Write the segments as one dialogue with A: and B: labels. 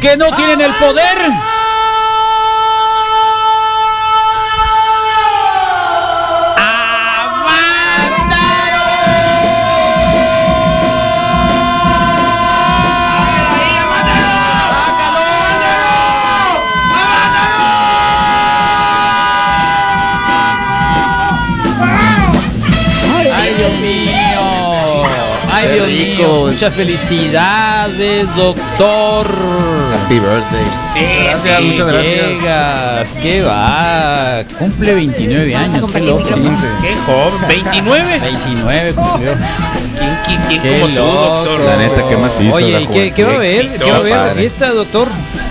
A: que no tienen el poder. ¡Ay, Dios mío! ¡Ay,
B: Qué
A: Dios mío!
B: rico.
A: Muchas felicidades, doctor.
B: Happy birthday.
A: Sí,
B: Gracias,
A: sí,
B: muchas gracias.
A: llegas. ¿Qué va? Cumple 29 años. Qué loco.
C: Qué joven, 29.
A: 29 cumplió.
C: ¿Quién, quién, quién
A: Qué
C: como tú, doctor?
A: loco.
B: La neta, qué macizo la
A: Oye, ¿y qué,
B: juventud.
A: qué va a haber? ¿Qué va a haber?
B: Exitosa.
A: la fiesta, doctor?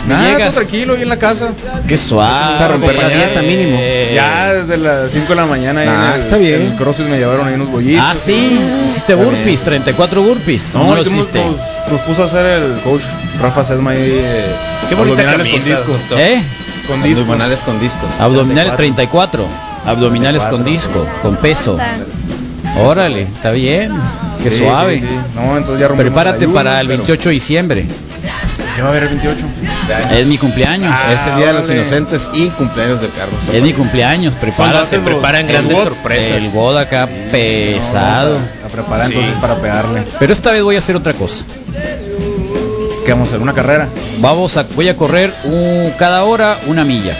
D: Nada,
A: Llegas.
D: todo Ah, tranquilo, y en la casa.
A: Qué suave.
B: Vamos a romper la dieta mínimo.
A: Eh,
D: Ya desde las 5 de la mañana. ahí
B: Nah,
D: en el-
B: está bien.
D: En el CrossFit me llevaron ahí unos bollitos.
A: Ah, sí. Hiciste burpees, 34 burpees. No,
D: No,
A: lo
D: hicimos-
A: hiciste.
D: Nos, nos puso a hacer el coach Rafa Sedma ahí. eh,
C: Qué bonita
D: abdominales
C: camisa,
D: con disco.
C: doctor.
A: ¿Eh?
D: Con disco.
B: Abdominales con discos.
E: Ah,
A: Abdominales 34. Abdominales con
D: 34.
A: disco, con peso. Órale, está bien. Qué
D: Sí,
A: suave.
D: sí, sí. No, entonces ya rompimos
A: Prepárate
D: ayuno,
A: para el
D: pero-
A: 28 de diciembre.
D: ¿Qué va a haber el 28?
A: Es mi cumpleaños.
D: Ah,
B: Ese día de los
D: órale.
B: inocentes y cumpleaños de Carlos.
A: es mi cumpleaños. Prepárate.
C: Se
D: hacen los-
C: preparan
D: el
C: grandes
D: bot,
C: sorpresas.
A: El god acá pesado.
D: No, vamos a, a preparar
C: Sí.
D: entonces para pegarle.
A: Pero esta vez voy a hacer otra cosa.
D: ¿Qué vamos a hacer? ¿Una carrera?
A: Vamos a, voy a correr un- cada hora una milla.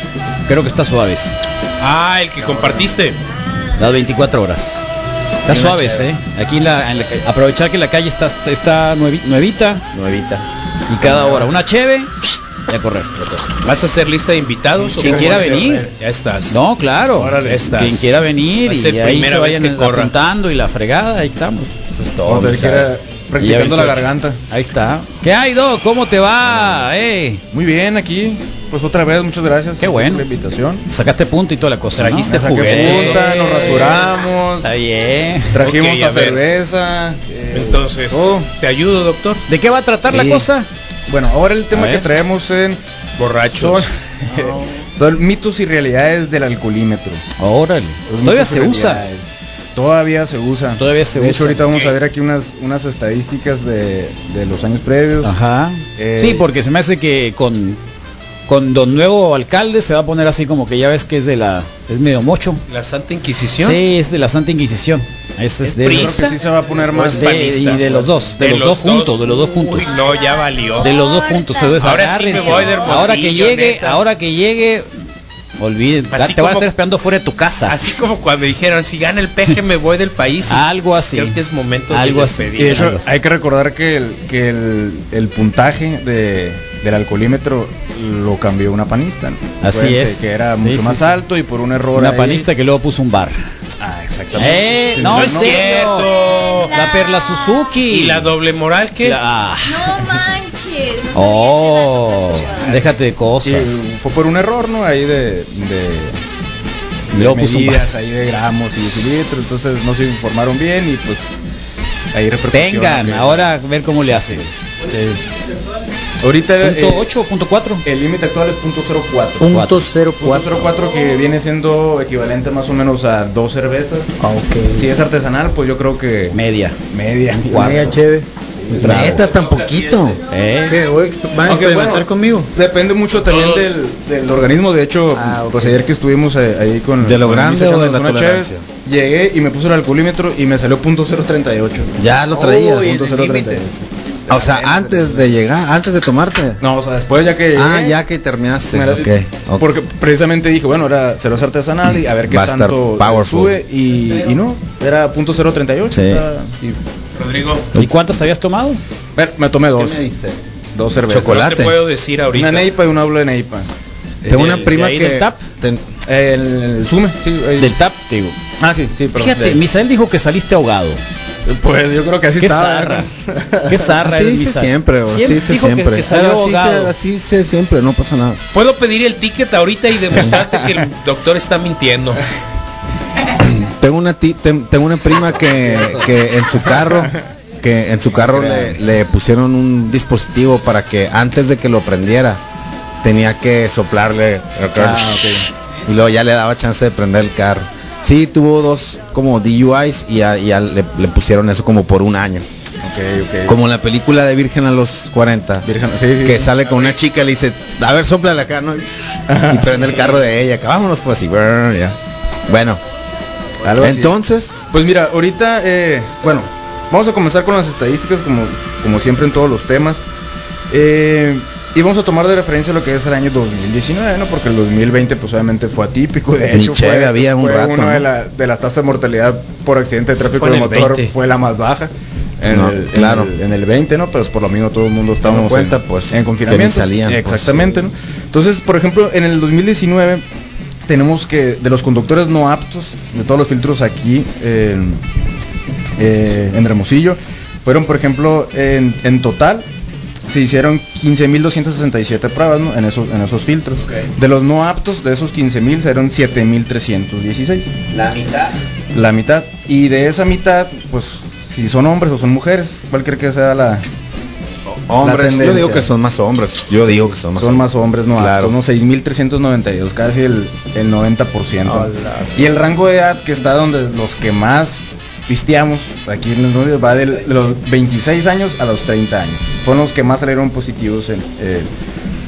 A: Creo que está suaves.
C: Ah, el que compartiste.
A: Las 24 horas. Está suaves, eh. Aquí la, en la ca- aprovechar que la calle está, está nuevi- nuevita
B: Nuevita.
A: y cada hora una cheve y a correr.
C: ¿Vas a hacer lista de invitados? o
A: Quien
C: cómo
A: quiera
C: va a ser?
A: venir.
C: Ya estás.
A: No, claro.
C: Órale, estás.
A: Quien quiera venir
C: Va a ser
A: y ahí
C: primera
A: se
C: vez
A: vayan
C: que corra.
A: apuntando y la fregada, ahí estamos.
B: Eso es
D: Vamos
B: todo.
D: a tener que ir a-
B: Misael.
D: practicando la
A: Oh, Ya avisó.
D: garganta.
A: Ahí está. ¿Qué hay, Doc? ¿Cómo te va? Eh,
D: Muy bien, aquí. Pues otra vez, muchas gracias.
A: Qué bueno.
D: Por la invitación.
A: sacaste punta y toda la cosa.
C: Trajiste
A: ¿no?
D: Saqué
C: juguete.
D: punta, nos rasuramos.
A: Está bien.
D: Trajimos
C: Ok, a
D: la
C: ver.
D: cerveza. eh,
C: Entonces,
A: Oh.
D: todo.
C: ¿te ayudo, doctor?
A: ¿De qué va a tratar
D: Sí.
A: la cosa?
D: Bueno, ahora el tema
A: A
D: que
A: ver.
D: traemos en son,
C: Borrachos.
D: son mitos y realidades del alcoholímetro.
A: Órale.
D: Los
A: Todavía
D: mitos y
A: se usa. eh.
D: realidades. Todavía se usa.
A: Todavía se
D: de
A: usa.
D: hecho, ahorita vamos a
C: Ok.
D: ver aquí unas, unas estadísticas de, de los años previos.
A: Ajá.
D: Eh,
A: sí, porque se me hace que con con don nuevo alcalde se va a poner así como que ya ves que es de la es medio mocho.
C: La Santa Inquisición.
A: Sí, es de la Santa Inquisición. Es, es
C: ¿Es
A: de
D: Yo creo
C: priista?
D: que sí se va a poner más.
A: de- y de los dos, de los dos juntos, de los dos juntos.
C: Uy, no, ya valió.
A: De los dos puntos, se
C: Ahora sí me
A: desagárrense.
C: voy de Hermosillo,
A: ahora que llegue,
C: neta.
A: ahora que llegue, olviden,
C: Así
A: te van a
C: como-
A: estar esperando fuera de tu casa.
C: Así como cuando dijeron, si gana el peje me voy del país.
A: Algo así.
C: Creo que es momento
A: Algo
C: de
A: así.
D: Y de
C: despedir.
D: hecho, hay que recordar que el, que el, el puntaje de, del alcoholímetro lo cambió una panista. ¿no?
A: Así
D: Acuérdense
A: es.
D: Que era
A: Sí,
D: mucho
A: sí,
D: más
A: sí.
D: alto y por un error.
A: Una
D: ahí-
A: panista que luego puso un bar.
D: Ah,
A: Eh,
D: exactamente. Sí,
A: no,
D: sí,
A: es
C: No
A: cierto.
C: cierto.
A: La Perla Suzuki.
C: ¿Y la doble moral que
A: La-
F: No manches.
A: Oh, déjate de
D: Y
A: cosas.
D: fue por un error, ¿no? Ahí de, de,
A: Y
D: de
A: luego puso un bar.
D: medidas ahí de gramos y decilitros, entonces no se informaron bien y pues ahí repercusión,
A: Vengan,
D: ¿no?
A: ahora a ver cómo le hace.
D: Eh, ahorita eh,
A: Punto 8, punto 4.
D: el límite actual es punto 04.
A: Cuatro.
E: Punto cero
D: Punto
E: cuatro.
D: 04 que viene siendo equivalente más o menos a dos cervezas.
E: Ah, ok.
D: Si es artesanal, pues yo creo que
A: Media.
D: media.
E: Media cheve.
A: trago.
E: Neta, tan poquito.
A: ¿Eh?
E: ¿Qué? Voy a exper- ¿Van a
D: Aunque,
E: experimentar
D: bueno,
E: conmigo?
D: Depende mucho también
C: Todos.
D: del, del organismo. De hecho,
E: Ah, ok.
D: pues ayer que estuvimos eh, ahí con.
E: ¿De lo
D: con
E: grande o de
D: sacándonos
E: la
D: una
E: tolerancia?
D: chévere, llegué y me puse el alcoholímetro y me salió punto 038.
E: Ya lo traías. punto
D: Uy, en el
E: cero
D: límite.
E: treinta y ocho. Ah, o sea, antes de llegar, antes de tomarte.
D: No, o sea, después ya que llegué,
E: Ah, ya que terminaste.
D: me la-
E: ok, ok.
D: Porque precisamente dije, bueno, era cerveza artesanal y a ver qué
E: Va a estar
D: tanto
E: powerful.
D: sube y, y no, era punto 038.
E: Sí.
D: o sea, y-
C: Rodrigo,
A: ¿Y cuántas habías tomado?
D: ver, me tomé dos, dos cervezas.
E: Chocolate.
C: no te puedo decir ahorita.
D: Una neipa y una habla de neipa.
E: Tengo una
A: ¿De-
E: prima
A: de ahí
E: que.
A: del TAP?
E: ten-
D: El, el sume, sí. ahí.
A: Del tap, te digo.
D: Ah, sí, sí, perdón.
A: Fíjate,
D: De-
A: Misael dijo que saliste ahogado.
D: Pues yo creo que así
A: Qué
D: estaba.
A: zarra. Qué zarra
E: así
A: eres,
E: dice
A: Misael.
E: Ah, siempre, bro. Así dice
A: dijo que-
E: siempre.
A: que salió
E: Pero así,
A: ahogado.
E: se, así se siempre, no pasa nada.
C: Puedo pedir el ticket ahorita y demostrarte que el doctor está mintiendo.
E: Tengo una, ti- ten- tengo una prima que, que en su carro. Que en su carro le, le pusieron un dispositivo para que antes de que lo prendiera tenía que soplarle el carro.
D: Ah, ok.
E: Y luego ya le daba chance de prender el carro. Sí, tuvo dos como DUIs y, a- y a- le, le pusieron eso como por un año.
D: Ok, ok.
E: Como en la película de Virgen a los 40.
D: Virgen, sí, sí,
E: que
D: sí.
E: sale con una chica y le dice, a ver, sopla la acá, ¿no? Y prende el carro de ella, acá, vámonos pues y brr, ya. Bueno,
D: Algo así.
E: entonces,
D: Pues mira, ahorita, eh, bueno, vamos a comenzar con las estadísticas, como, como siempre en todos los temas. Eh, y vamos a tomar de referencia lo que es el año 2019, ¿no? Porque el 2020 pues obviamente fue atípico. De
E: Ni
D: hecho,
E: cheve
D: fue,
E: había un
D: fue
E: rato,
D: Una
E: ¿no?
D: de, la- de las tasas de mortalidad por accidente de tráfico
A: Fue en
D: de
A: el
D: motor
A: 20.
D: fue la más baja. En
E: No,
D: el,
E: claro.
D: En el, en el 20, ¿no? Pero pues, por lo mismo todo el
E: Tomando
D: mundo estábamos
E: cuenta,
D: en,
E: pues,
D: en
E: que
D: confinamiento.
E: ni salían, pues.
D: Exactamente, ¿no? Entonces, por ejemplo, en el 2019 tenemos que de los conductores no aptos, de todos los filtros aquí eh, eh, en Hermosillo, fueron, por ejemplo, en, en total se hicieron 15.267 pruebas ¿no? en, esos, en esos filtros. De los no aptos, de esos 15.000, fueron 7.316. La mitad. La mitad. Y de esa mitad, pues, si son hombres o son mujeres, ¿cuál cree que sea la,
E: hombres, yo
D: tendencia.
E: digo que son más hombres, yo digo que son más
D: son más hombres, no,
E: Claro.
D: aptos, ¿no? 6.392, casi el, el 90%. Y el rango de edad que está donde los que más pisteamos aquí en los novios va del- de los 26 años a los 30 años. Son los que más salieron positivos en, eh,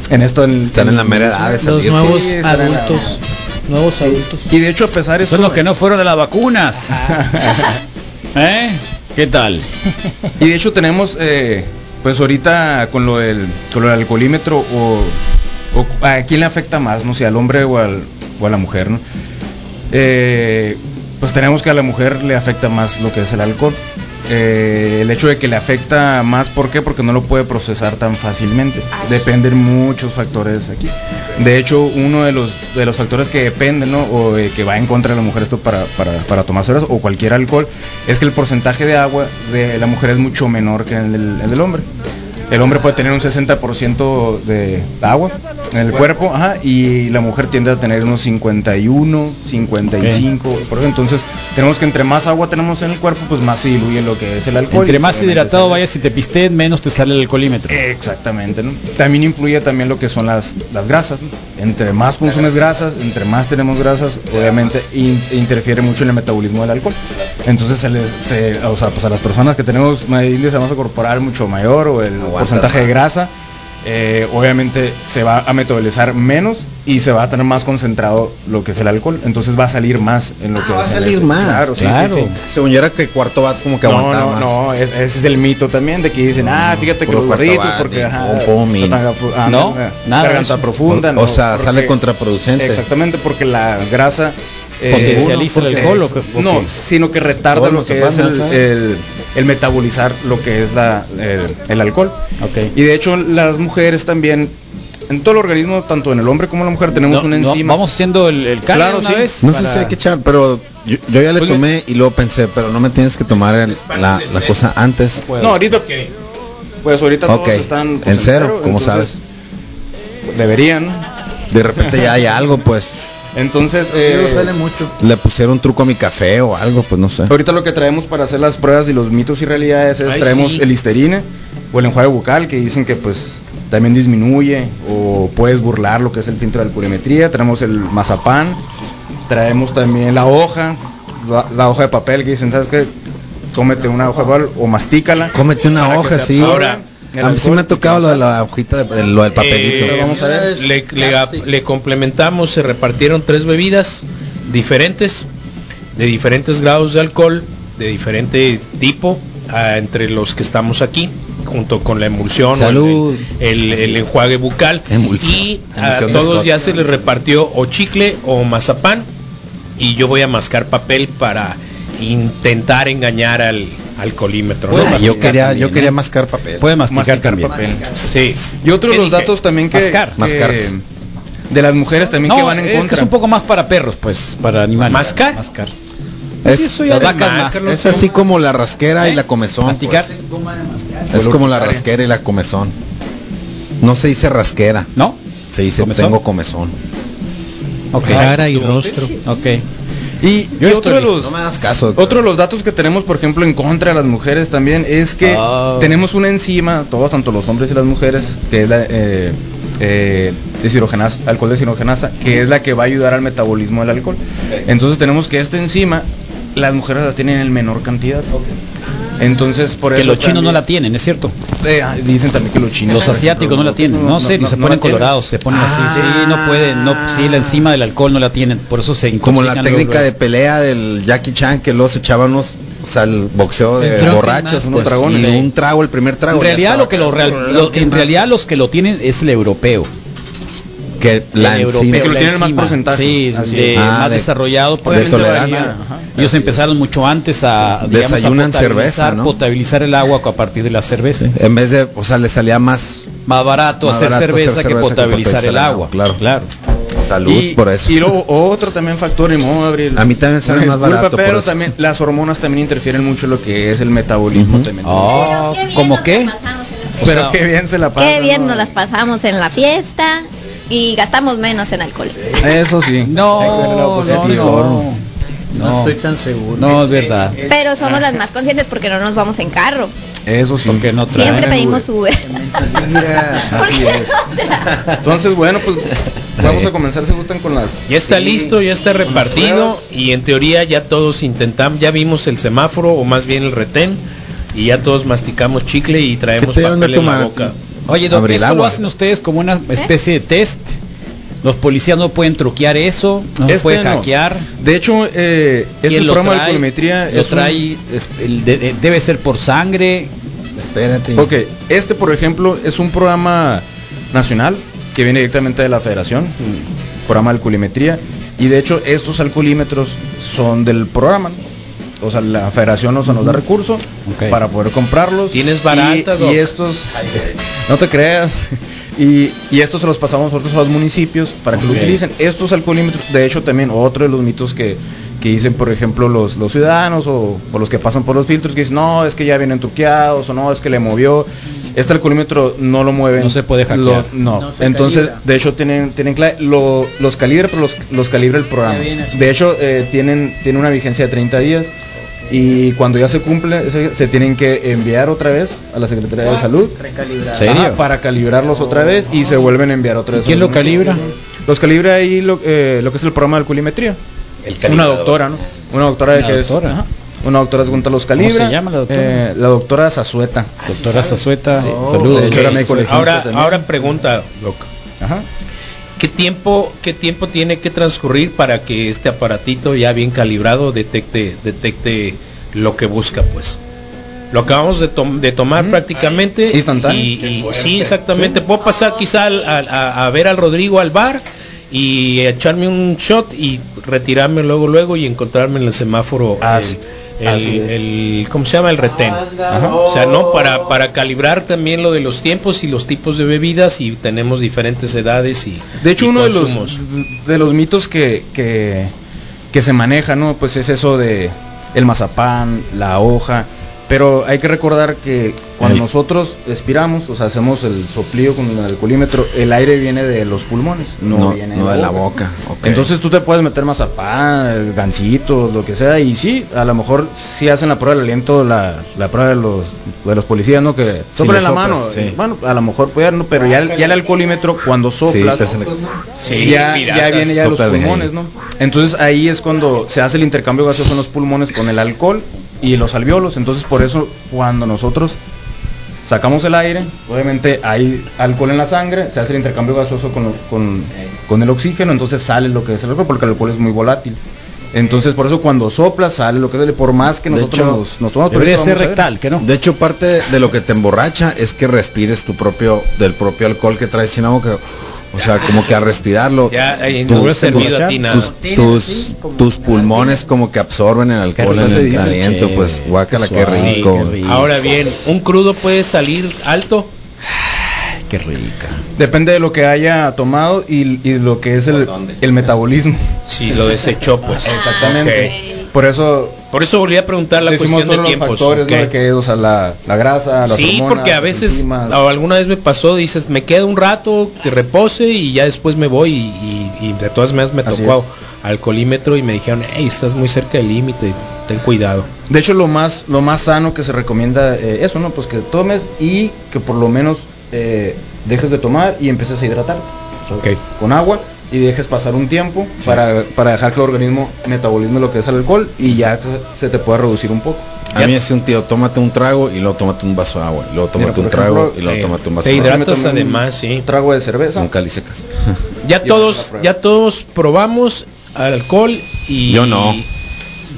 D: en esto. En,
E: Están en la mera edad de
G: Los
E: salir.
G: nuevos
D: Sí, estarán
G: adultos. Nuevos adultos.
D: Y de hecho, a pesar de
A: Son los que no fueron de las vacunas.
D: Ah.
A: ¿Eh? ¿Qué tal?
D: Y de hecho tenemos, eh, pues ahorita con lo del, con lo del alcoholímetro, o, o a quién le afecta más, no sé, al hombre o, al, o a la mujer, ¿no? Eh, pues tenemos que a la mujer le afecta más lo que es el alcohol. Eh, el hecho de que le afecta más, ¿por qué? Porque no lo puede procesar tan fácilmente. Dependen muchos factores aquí. De hecho, uno de los, de los factores que dependen, ¿no? O eh, que va en contra de la mujer esto para, para, para tomar cerveza o cualquier alcohol, es que el porcentaje de agua de la mujer es mucho menor que el del, el del hombre. El hombre puede tener un 60% de agua en el cuerpo, ajá, y la mujer tiende a tener unos 51, 55, por eso entonces tenemos que entre más agua tenemos en el cuerpo, pues más se diluye lo que es el alcohol.
A: Entre
D: y
A: más
D: obviamente
A: hidratado
D: sale- Eh,
A: vayas y te pistes, menos te sale el alcoholímetro.
D: Exactamente, ¿no? También influye también lo que son las, las grasas, ¿no? Entre más consumes grasas, entre más tenemos grasas, obviamente in- interfiere mucho en el metabolismo del alcohol. Entonces se les, se- o sea, pues a las personas que tenemos un índice de masa corporal mucho mayor o el
E: Aguanta
D: porcentaje de
E: más.
D: grasa, eh, obviamente se va a metabolizar menos y se va a tener más concentrado lo que es el alcohol. Entonces va a salir más en lo que
E: Ah, va a
D: es el-
E: salir más,
D: Claro, sí, sí,
A: claro.
D: sí
E: Según yo era que cuarto bat como que
D: no,
E: aguantaba
D: no,
E: más.
D: no, es- ese es el mito también de que dicen, ah, fíjate que
E: puro
D: los gorditos,
E: cuartabate,
D: porque ajá,
E: pum, pum, y-
D: totanga- pu- ah,
A: No,
D: no, eh,
A: nada de
D: garganta
A: eso.
D: profunda,
E: O-
D: no,
E: o sea,
D: porque-
E: sale contraproducente.
D: Exactamente, porque la grasa eh,
A: Potencializa el
D: porque-
A: alcohol, ¿o qué?
D: no,
A: Ok.
D: sino que retarda
E: Todos
D: lo
E: los
D: que es
E: hermanos,
D: el,
E: ¿eh?
D: el- el metabolizar lo que es la, el, el alcohol.
A: Ok.
D: Y de hecho las mujeres también, en todo el organismo, tanto en el hombre como en la mujer, tenemos
A: No,
D: una
A: no,
D: enzima.
A: vamos haciendo el, el cambio
D: Claro,
A: una
D: sí.
A: vez.
E: No sé
D: para-
E: si hay que echar, pero yo, yo ya le
D: Pues,
E: tomé y luego pensé, pero no me tienes que tomar el- la, la cosa antes.
D: no, ahorita... Pues ahorita
E: Pues, Ok,
D: todos están... pues,
E: en cero, como
D: entonces,
E: sabes.
D: Deberían, ¿no?
E: De repente ya hay algo, pues.
D: Entonces, eh,
E: mucho. Le pusieron truco a mi café o algo, pues no sé.
D: ahorita lo que traemos para hacer las pruebas y los mitos y realidades es traemos el listerine o el enjuague bucal que dicen que pues también disminuye o puedes burlar lo que es el filtro de alcoholimetría, traemos el mazapán, traemos también la hoja, la, la hoja de papel que dicen, ¿sabes qué? Cómete una hoja de papel o mastícala.
E: Cómete una
D: Para que
E: hoja,
D: se
E: sí.
D: absorba el
E: a mí sí me ha
D: alcohol.
E: tocado lo de la hojita, de, lo del papelito.
C: Eh,
D: vamos a ver.
C: Le, le- le complementamos, se repartieron tres bebidas diferentes, de diferentes grados de alcohol, de diferente tipo, ah, entre los que estamos aquí, junto con la emulsión, o el-
E: Salud.
C: El, el enjuague bucal.
E: Emulsión.
C: Y a
E: Emulsión de
C: todos
E: Scott.
C: ya se les repartió o chicle o mazapán. Y yo voy a mascar papel para intentar engañar al, al colímetro. ¿no?
E: Ah, yo
C: Masticar
E: quería,
C: también,
E: yo
C: ¿no?
E: quería mascar papel.
A: Puede masticar,
D: Masticar
A: también.
D: papel.
C: Sí.
D: Y otro de
C: ¿Qué
D: los
C: dije?
D: datos también que,
A: Mascar.
D: que-
E: Mascar.
D: de las mujeres también
A: No,
D: que van en
A: es,
D: contra. Ah,
A: que es un poco más para perros, pues, para animales.
C: ¿Mascar?
A: Mascar.
E: Es,
A: Eso ya
C: Las
A: de
C: vacas
A: marca,
C: mascan.
A: ¿no?
E: es así como la rasquera y la comezón.
A: Masticar.
E: pues. ¿Eh? Es como la rasquera y la comezón. No se dice rasquera,
A: ¿No?
E: se dice
A: ¿Comezón?
E: tengo comezón.
A: Ok.
G: Cara y rostro.
A: Ok.
D: Y, y otro de los
E: No me das caso.
D: Otro de los datos que tenemos, por ejemplo, en contra de las mujeres también es que
A: Ah.
D: tenemos una enzima, todos, tanto los hombres y las mujeres, que es la eh, eh, deshidrogenasa, alcohol deshidrogenasa, que es la que va a ayudar al metabolismo del alcohol. Entonces tenemos que esta enzima, las mujeres la tienen en menor cantidad. Entonces, por
A: que
D: eso
A: los chinos no
D: también-
A: la tienen, es cierto.
D: Eh, ah, dicen también que los chinos.
A: Los asiáticos no la tienen, no, sé, se ponen
D: la tienen. Ah.
A: colorados, se ponen así, sí, no pueden, no, sí, la enzima del alcohol no la tienen, por eso se
E: Como la
A: intoxican luego,
E: técnica de
A: luego.
E: pelea del Jackie Chan que los echaba unos o sea, el boxeo de
G: El drunken
E: borrachos, unos
G: master.
E: dragones
A: Sí.
E: y un trago, el primer trago.
A: En
E: ya
A: realidad
E: estaba
A: lo que lo real-
E: acá.
A: lo- en realidad los que lo tienen es el europeo.
E: que la
A: el
E: encima.
A: europeo,
D: lo
A: la
D: tienen más
A: enzima,
D: porcentaje.
A: Sí,
D: Así
A: de-
E: es. Ah,
A: más
E: de-
A: desarrollado. por
E: de
A: ejemplo,
E: tolerante.
A: varía. Ellos empezaron mucho antes a,
E: Sí.
A: digamos, a
E: Desayunan
A: potabilizar-
E: cerveza, ¿no?
A: potabilizar el agua a partir de la cerveza.
E: En vez de, o sea, le salía más
A: Más barato
E: Más
A: hacer
E: barato hacer
A: cerveza, que
E: cerveza que
A: potabilizar
E: potabilizar
A: el
E: el
A: agua.
E: agua, claro.
A: claro.
E: salud
D: Y-
E: por eso.
D: Y luego otro también factor, y me voy a abrir-
E: A mí también me sale
D: Una
E: más
D: disculpa,
E: barato, por
D: Pero
E: eso.
D: también las hormonas también interfieren mucho en lo que es el metabolismo
E: Ujú.
D: también.
A: Oh, ¿cómo qué? O
D: Pero
A: sea,
D: qué bien se la pasa.
F: Qué bien nos las pasamos en la fiesta y gastamos menos en alcohol.
D: Eso sí.
A: No,
E: Pues es
A: no,
E: mejor.
A: no, no,
G: No estoy tan seguro.
A: no, es verdad.
F: Pero somos las más conscientes porque no nos vamos en carro.
D: Eso sí.
A: Porque no traen
F: Siempre pedimos Uber.
D: Mira, así es. Entonces, bueno, pues vamos a comenzar, se gustan con las.
C: Ya está
D: Sí.
C: listo, ya está repartido
D: pruebas.
C: y en teoría ya todos intentamos, ya vimos el semáforo o más bien el retén y ya todos masticamos chicle y
E: ¿Qué
C: traemos
E: te dieron de
C: papel en la
E: tomar?
C: boca.
A: Oye, Doc,
E: Abre el
A: esto lo
E: agua.
A: hacen ustedes como una especie de test. Los policías no pueden truquear eso, no se
D: Este
A: puede
D: no.
A: hackear.
D: De hecho, eh, este
A: ¿Quién lo
D: programa
A: trae?
D: de alcoholimetría
A: Lo
D: es un-
A: trae, es- el de- de- debe ser por sangre.
E: Espérate.
D: Ok, este por ejemplo es un programa nacional que viene directamente de la federación,
C: Mm.
D: programa de alcoholimetría, y de hecho estos alcoholímetros son del programa, ¿no? o sea, la federación nos, nos da recursos
A: Ok.
D: para poder comprarlos.
C: ¿Tienes barata,
D: y,
C: Doc?
D: y estos, no te creas, y, y estos se los pasamos nosotros a los municipios para que
A: Ok.
D: lo utilicen. Estos alcoholímetros, de hecho también otro de los mitos que que dicen, por ejemplo, los, los ciudadanos o, o los que pasan por los filtros, que dicen, no, es que ya vienen truqueados o no, es que le movió. Este alcoholímetro no lo mueven.
A: No se puede hackear.
D: Lo- no.
G: No se
D: Entonces,
G: calibra.
D: de hecho, tienen, tienen cla- lo- los calibra, pero los, los calibra el programa.
G: Ya viene así.
D: De hecho, eh, tienen, tienen una vigencia de 30 días y cuando ya se cumple, se, se tienen que enviar otra vez a la Secretaría de Salud.
G: Recalibrar.
A: Sí. serio?
D: Ajá, Ah, para calibrarlos otra vez y se vuelven a enviar otra vez. a
A: ¿Quién
D: los
A: lo calibra?
D: municipios. Los calibra ahí lo, eh, lo que es el programa de alcoholimetría.
B: El
D: Una
B: calibrador.
D: doctora, ¿no? Una doctora de
A: Una
D: que es-
A: doctora. Ah,
D: ajá. Una doctora es Gunta los
A: ¿Cómo
D: calibra.
A: se llama la doctora?
D: Eh, la doctora Zazueta.
A: Doctora Zazueta,
D: Oh,
A: saludos.
D: de hecho, era médico legista
C: Ahora,
D: también.
C: ahora pregunta, Doc,
D: Ajá.
C: ¿qué tiempo, qué tiempo tiene que transcurrir para que este aparatito ya bien calibrado detecte, detecte lo que busca, pues? Lo acabamos de, tom- de tomar prácticamente.
D: Instantáneo.
C: Y,
D: Qué
C: y-
D: fuerte.
C: sí, exactamente. Puedo pasar quizá al- al- a, a ver al Rodrigo al bar y echarme un shot y retirarme luego luego y encontrarme en el semáforo. el-
D: Así-
C: el,
D: así es.
C: el- ¿Cómo se llama? El retén.
D: Ajá.
C: O sea, no, para, para calibrar también lo de los tiempos y los tipos de bebidas y tenemos diferentes edades y
D: De hecho,
C: y
D: uno de
C: consumos.
D: los, de los mitos que, que, que se maneja, ¿no? Pues es eso de el mazapán, la hoja. Pero hay que recordar que cuando
E: El-
D: nosotros respiramos, o sea, hacemos el soplío con el alcoholímetro, el aire viene de los pulmones, no,
E: no, no,
D: viene
E: de la boca. ok.
D: Entonces tú te puedes meter mazapán, gancitos, lo que sea, y sí, a lo mejor sí hacen la prueba del aliento, la, la prueba de los, de los policías, ¿no? Que soplan
E: le
D: la
E: soplas,
D: mano.
E: sí.
D: Bueno, a lo mejor puede, no, pero ya, el- ya el alcoholímetro cuando
E: sí,
D: soplas,
E: te sale-
C: Sí,
D: ya,
C: piratas.
D: ya viene ya los
E: Sopla de ahí.
D: pulmones, ¿no? Entonces ahí es cuando se hace el intercambio gaseoso en los pulmones con el alcohol y los alveolos. Entonces por eso cuando nosotros sacamos el aire, obviamente hay alcohol en la sangre, se hace el intercambio gaseoso con, lo- con, con el oxígeno, entonces sale lo que es el alcohol, porque el alcohol es muy volátil. Entonces por eso cuando sopla sale lo que es el, por más que
E: De
D: nosotros
E: hecho,
D: nos, nos tomamos
A: Debería
D: ahorita
A: ser
D: vamos a ver.
A: rectal, que no.
E: De hecho, parte de lo que te emborracha es que respires tu propio, del propio alcohol que traes en la boca. O sea, como que al respirarlo,
C: Ya, ahí
E: tus-
C: no hubiera servido a ti
E: tus-
C: nada.
E: tus, tus pulmones como que absorben el alcohol en el aliento, pues guácala, qué
A: suave,
E: rico.
A: qué rico.
C: Ahora bien, un crudo puede salir alto.
A: Qué rica.
D: Depende de lo que haya tomado y, y lo que es el, el metabolismo.
C: Si lo desechó, pues.
D: Exactamente.
C: Ok.
D: Por eso
C: Por eso volví a preguntar la
D: decimos
C: cuestión de
D: todos los
C: tiempos.
D: factores, ¿no?
C: ok.
D: De que o sea, la, la grasa, las
C: Sí,
D: hormonas,
C: porque a
D: las
C: veces,
D: enzimas.
C: o alguna vez me pasó, dices, me queda un rato, que repose y ya después me voy y, y- y de todas maneras me
D: Así
C: tocó al colímetro y me dijeron, hey, estás muy cerca del límite, ten cuidado.
D: De hecho, lo más lo más sano que se recomienda eh, eso, ¿no? Pues que tomes y que por lo menos eh, dejes de tomar y empieces a hidratar
C: Ok.
D: con agua y dejes pasar un tiempo para, para dejar que el organismo metabolice lo que es el alcohol y ya se, se te pueda reducir un poco.
E: A mí decía un tío, tómate un trago y luego tómate un vaso de agua. y Luego tómate
D: por
E: un trago
D: ejemplo,
E: y luego
C: eh,
E: tómate un vaso
C: te
E: de agua.
C: hidratas
D: Yo me tomé un-
C: además, sí.
D: Un trago de cerveza.
E: Nunca le hice caso.
C: Ya
D: Yo
C: todos,
D: la pruebo.
C: ya todos probamos alcohol y
E: Yo no.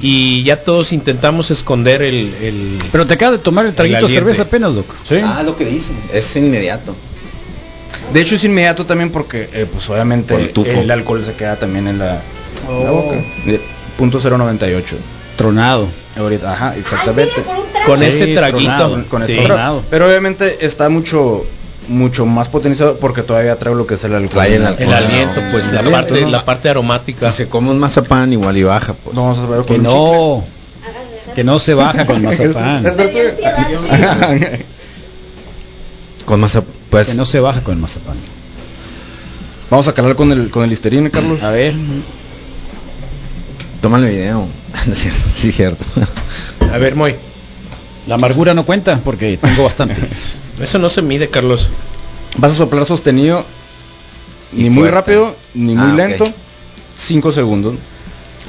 C: Y ya todos intentamos esconder el, el-
A: Pero te acaba de tomar el traguito de
C: aliente.
A: cerveza apenas, Doc. Sí.
E: Ah, lo que dicen. Es inmediato.
D: De hecho es inmediato también porque eh, pues obviamente
E: Por el tufo.
D: el alcohol se queda también en la, en la boca. Eh, Punto 098.
A: Tronado.
D: Ahorita, ajá, exactamente.
C: con
A: Sí,
C: ese traguito.
A: tronado,
D: con, con
C: Sí.
D: esta otra.
A: Tronado.
D: Pero obviamente está mucho mucho más potenciado porque todavía trae lo que es el alcohol.
E: Trae el alcohol.
C: El aliento, pues la
E: Aliento,
C: parte,
E: ¿no?
C: la parte aromática.
E: Si se come un mazapán igual y baja, pues.
D: No, vamos a ver
A: Que
D: con un
A: no. Que no se baja con mazapán.
D: chicle.
E: Con mazapán. Pues,
A: Que no se baja con mazapán.
D: vamos a calar con el con el listerine, Carlos.
A: A ver.
E: tómale video. No es cierto, sí, cierto.
C: A ver, Moy.
A: La amargura no cuenta porque tengo bastante.
C: Eso no se mide, Carlos.
D: Vas a soplar sostenido
E: Y
D: ni muy
E: fuerte.
D: rápido ni
E: Ah,
D: muy
E: ok.
D: lento. 5 segundos.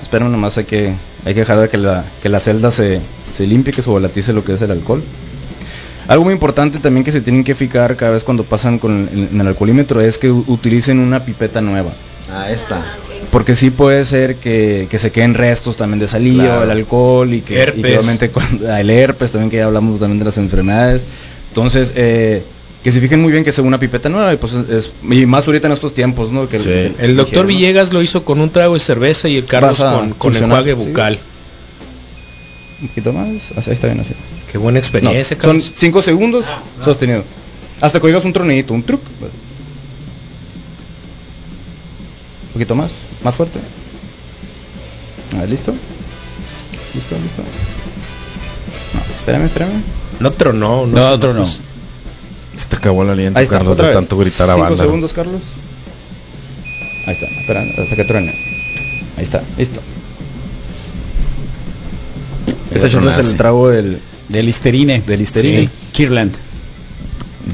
D: Esperen nomás hay que hay que dejar de que la que la celda se se limpie, que se volatice lo que es el alcohol. Algo muy importante también que se tienen que fijar cada vez cuando pasan con en, en el alcoholímetro es que u- utilicen una pipeta nueva.
E: Ah, esta.
D: Porque sí puede ser que, que se queden restos también de saliva,
E: Claro.
D: o el alcohol y que, y que
C: Herpes.
D: obviamente cuando- ah, el herpes también que ya hablamos también de las enfermedades. Entonces, eh, que se fijen muy bien que sea una pipeta nueva y pues es y más ahorita en estos tiempos, ¿no? Que
E: Sí.
C: El doctor Villegas lo hizo con un trago de cerveza y el Carlos
D: Vas a
C: con, con
D: funcionar,
C: enjuague
D: ¿sí?
C: bucal.
D: Un poquito más, así ahí está bien así.
C: Qué buena
D: No,
C: experiencia,
D: son
C: Carlos.
D: 5 segundos
C: Ah,
D: sostenido. Hasta que oigas un tronidito, un truc. Un poquito más, más fuerte. A ver, ¿listo? ¿Listo, listo? No, espérame, espérame.
C: No tronó, no,
A: No,
C: sonó,
A: otro no.
C: pues.
E: Se te acabó el aliento,
D: Ahí está,
E: Carlos,
D: otra
E: de
D: vez.
E: tanto gritar a
D: Cinco
E: banda.
D: segundos, Carlos. Ahí está, espera, hasta que truene. Ahí está, listo.
E: Ahí va a
D: Este chorro es
E: tronar,
D: el
E: sí.
D: trago del...
A: Del Listerine. Del
D: Listerine.
A: Kirland.